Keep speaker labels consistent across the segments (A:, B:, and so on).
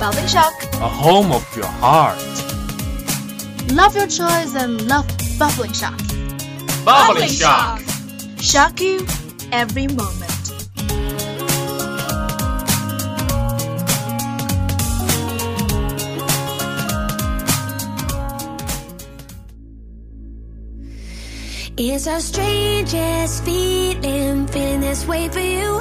A: Bubbling shock.
B: A home of your heart.
A: Love your choice and love bubbling shock.
C: Bubbling shock.
A: Shock you every moment.
D: It's our strangest feeling, feeling this way for you.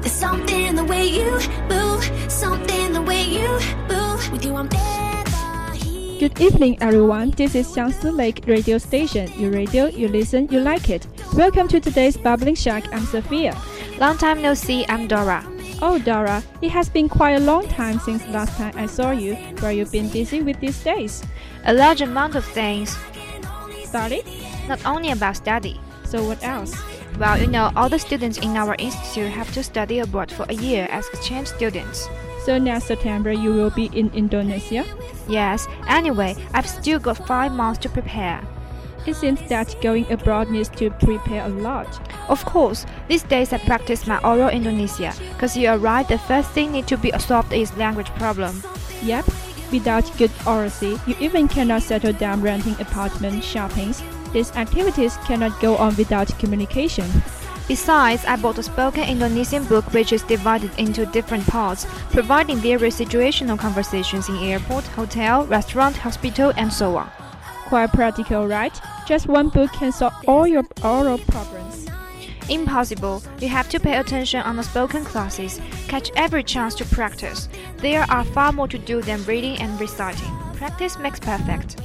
D: There's something the way you move, something the way you move. With you, I'm never here.
E: Good evening, everyone. This is Xiangsu Lake Radio Station. You radio, you listen, you like it. Welcome to today's Bubbling Shark. I'm Sophia.
F: Long time no see, I'm Dora.
E: Oh, Dora, it has been quite a long time since last time I saw you. Where you been busy with these days?
F: A large amount of things,
E: Study?
F: not only about study.
E: So what else?
F: Well, you know, all the students in our institute have to study abroad for a year as exchange students.
E: So next September you will be in Indonesia.
F: Yes, anyway, I've still got five months to prepare.
E: It seems that going abroad needs to prepare a lot.
F: Of course, these days I practice my oral Indonesia, because you are right, the first thing need to be solved is language problem.
E: Yep. Without good oracy, you even cannot settle down renting apartment, shoppings. These activities cannot go on without communication.
F: Besides, I bought a spoken Indonesian book which is divided into different parts, providing various situational conversations in airport, hotel, restaurant, hospital, and so on.
E: Quite practical, right? Just one book can solve all your oral problems.
F: Impossible. You have to pay attention on the spoken classes. Catch every chance to practice. There are far more to do than reading and reciting. Practice makes perfect.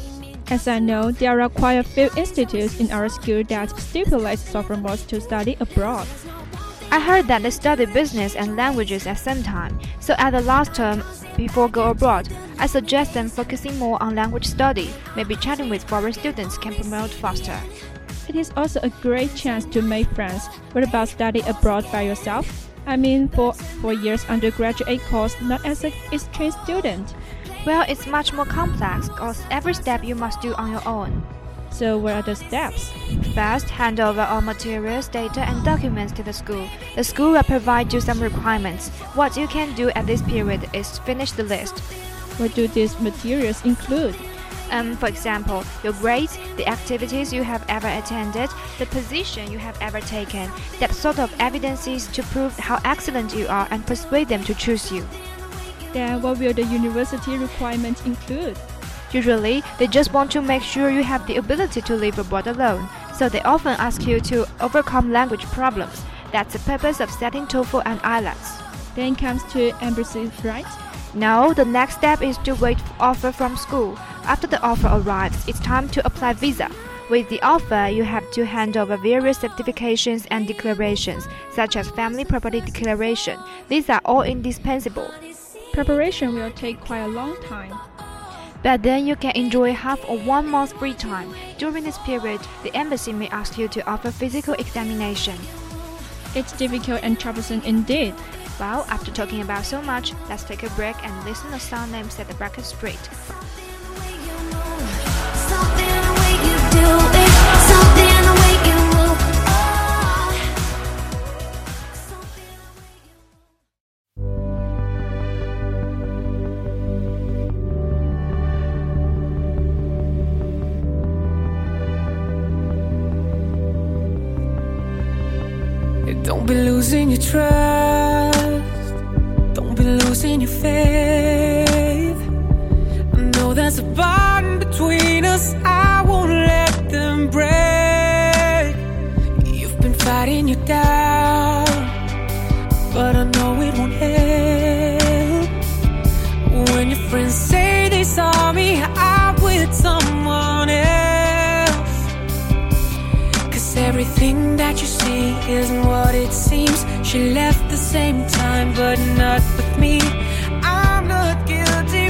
E: As I know, there are quite a few institutes in our school that stipulate sophomores to study abroad.
F: I heard that they study business and languages at same time. So at the last term, before go abroad, I suggest them focusing more on language study. Maybe chatting with foreign students can promote faster.
E: It is also a great chance to make friends. What about study abroad by yourself? I mean, for four years undergraduate course, not as an exchange student.
F: Well, it's much more complex because every step you must do on your own.
E: So, what are the steps?
F: First, hand over all materials, data, and documents to the school. The school will provide you some requirements. What you can do at this period is finish the list.
E: What do these materials include?
F: Um, for example, your grades, the activities you have ever attended, the position you have ever taken, that sort of evidences to prove how excellent you are and persuade them to choose you.
E: Then, what will the university requirements include?
F: Usually, they just want to make sure you have the ability to live abroad alone, so they often ask you to overcome language problems. That's the purpose of setting TOEFL and IELTS.
E: Then comes to embassies, right?
F: Now, the next step is to wait for offer from school. After the offer arrives, it's time to apply visa. With the offer, you have to hand over various certifications and declarations, such as family property declaration. These are all indispensable.
E: Preparation will take quite a long time.
F: But then you can enjoy half or one month free time. During this period, the embassy may ask you to offer physical examination.
E: It's difficult and troublesome indeed.
F: Well, after talking about so much, let's take a break and listen to some names at the bracket straight.
D: Something the way you do it, something the way you move. Oh, something the way you
G: Don't be losing your trust. Don't be losing your faith. I know there's a bond between us. I won't let them break. You've been fighting your doubt, but I know it won't help. When your friends say they saw me out with someone else. Cause everything that you see isn't what it seems. She left the same time, but not with me. I'm not guilty.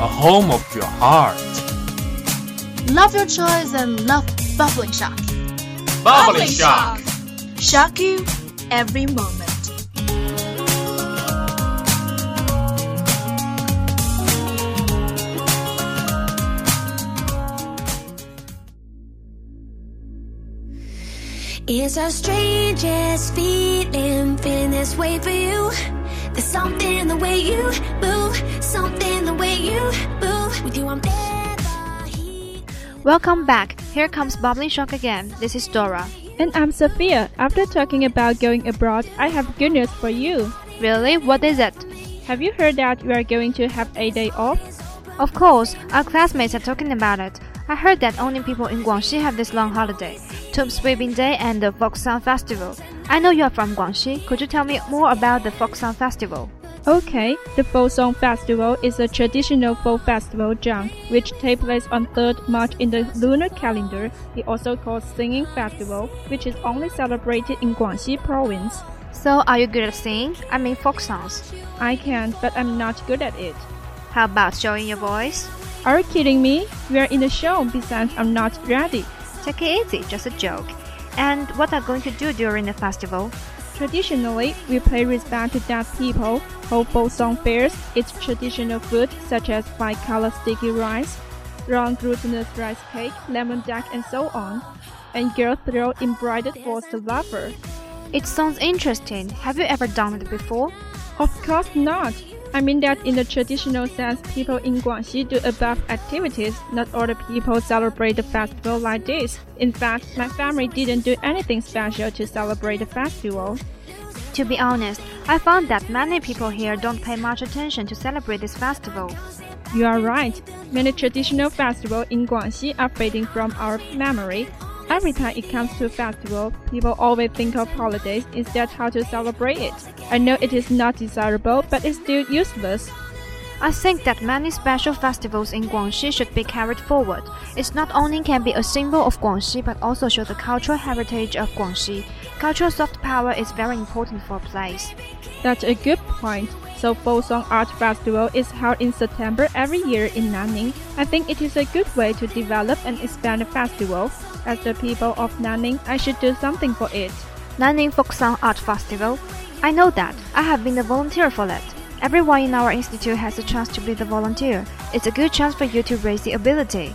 B: A home of your heart.
A: Love your choice and love bubbling shock.
C: Bubbling shock.
A: Shock you every moment.
D: It's our strangest feeling, feeling this way for you. There's something in the way you move, something in the way you move. With you, I'm never here.
F: Welcome back. Here comes Bubbling Shock again. This is Dora.
E: And I'm Sophia. After talking about going abroad, I have good news for you.
F: Really? What is it?
E: Have you heard that you are going to have a day off?
F: Of course, our classmates are talking about it. I heard that only people in Guangxi have this long holiday, Tomb Sweeping Day and the Folk Song Festival. I know you're from Guangxi. Could you tell me more about the Folk Song Festival?
E: Okay, the Folk Song Festival is a traditional folk festival junk which takes place on 3rd March in the lunar calendar. It also called Singing Festival, which is only celebrated in Guangxi province.
F: So, are you good at singing? I mean, folk songs.
E: I can, but I'm not good at it.
F: How about showing your voice?
E: Are you kidding me? We are in the show, besides I'm not ready.
F: Take it easy, just a joke. And what are you going to do during the festival?
E: Traditionally, we pay respect to deaf people, hold folk song fairs, eat traditional food such as five-color sticky rice, round glutinous rice cake, lemon duck, and so on. And girls throw embroidered balls to lover.
F: It sounds interesting. Have you ever done it before?
E: Of course not. I mean that in the traditional sense, people in Guangxi do above activities. Not all the people celebrate the festival like this. In fact, my family didn't do anything special to celebrate the festival.
F: To be honest, I found that many people here don't pay much attention to celebrate this festival.
E: You are right. Many traditional festivals in Guangxi are fading from our memory. Every time it comes to festival, people always think of holidays instead how to celebrate it. I know it is not desirable, but it's still useless.
F: I think that many special festivals in Guangxi should be carried forward. It not only can be a symbol of Guangxi but also show the cultural heritage of Guangxi. Cultural soft power is very important for a place.
E: That's a good point. So Folksong Art Festival is held in September every year in Nanning. I think it is a good way to develop and expand the festival. As the people of Nanning, I should do something for it.
F: Nanning Folk Song Art Festival. I know that. I have been a volunteer for that. Everyone in our institute has a chance to be the volunteer. It's a good chance for you to raise the ability.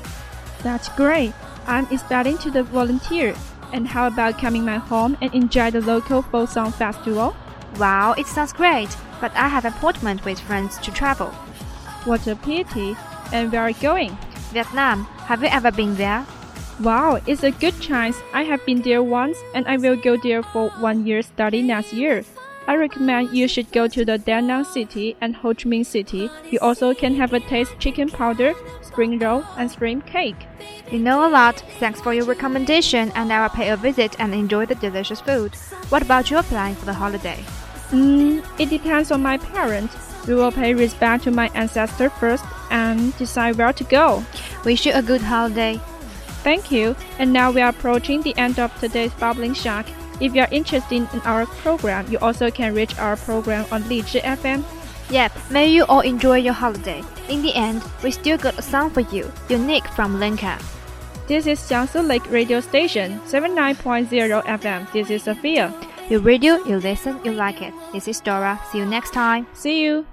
E: That's great. I'm starting to the volunteer. And how about coming my home and enjoy the local folk song festival?
F: Wow, it sounds great, but I have appointment with friends to travel.
E: What a pity. And where are you going?
F: Vietnam, have you ever been there?
E: Wow, it's a good chance. I have been there once and I will go there for one year study next year. I recommend you should go to the Da Nang City and Ho Chi Minh City. You also can have a taste chicken powder, spring roll, and spring cake.
F: You know a lot. Thanks for your recommendation, and I will pay a visit and enjoy the delicious food. What about your plan for the holiday?
E: Mm, it depends on my parents. We will pay respect to my ancestor first and decide where to go.
F: Wish you a good holiday.
E: Thank you. And now we are approaching the end of today's Bubbling Shark. If you are interested in our program, you also can reach our program on Liji FM.
F: Yep, may you all enjoy your holiday. In the end, we still got a song for you, unique from Lincoln.
E: This is Jiangsu Lake Radio Station, 79.0 FM. This is Sophia.
F: You radio, you listen, you like it. This is Dora. See you next time.
E: See you.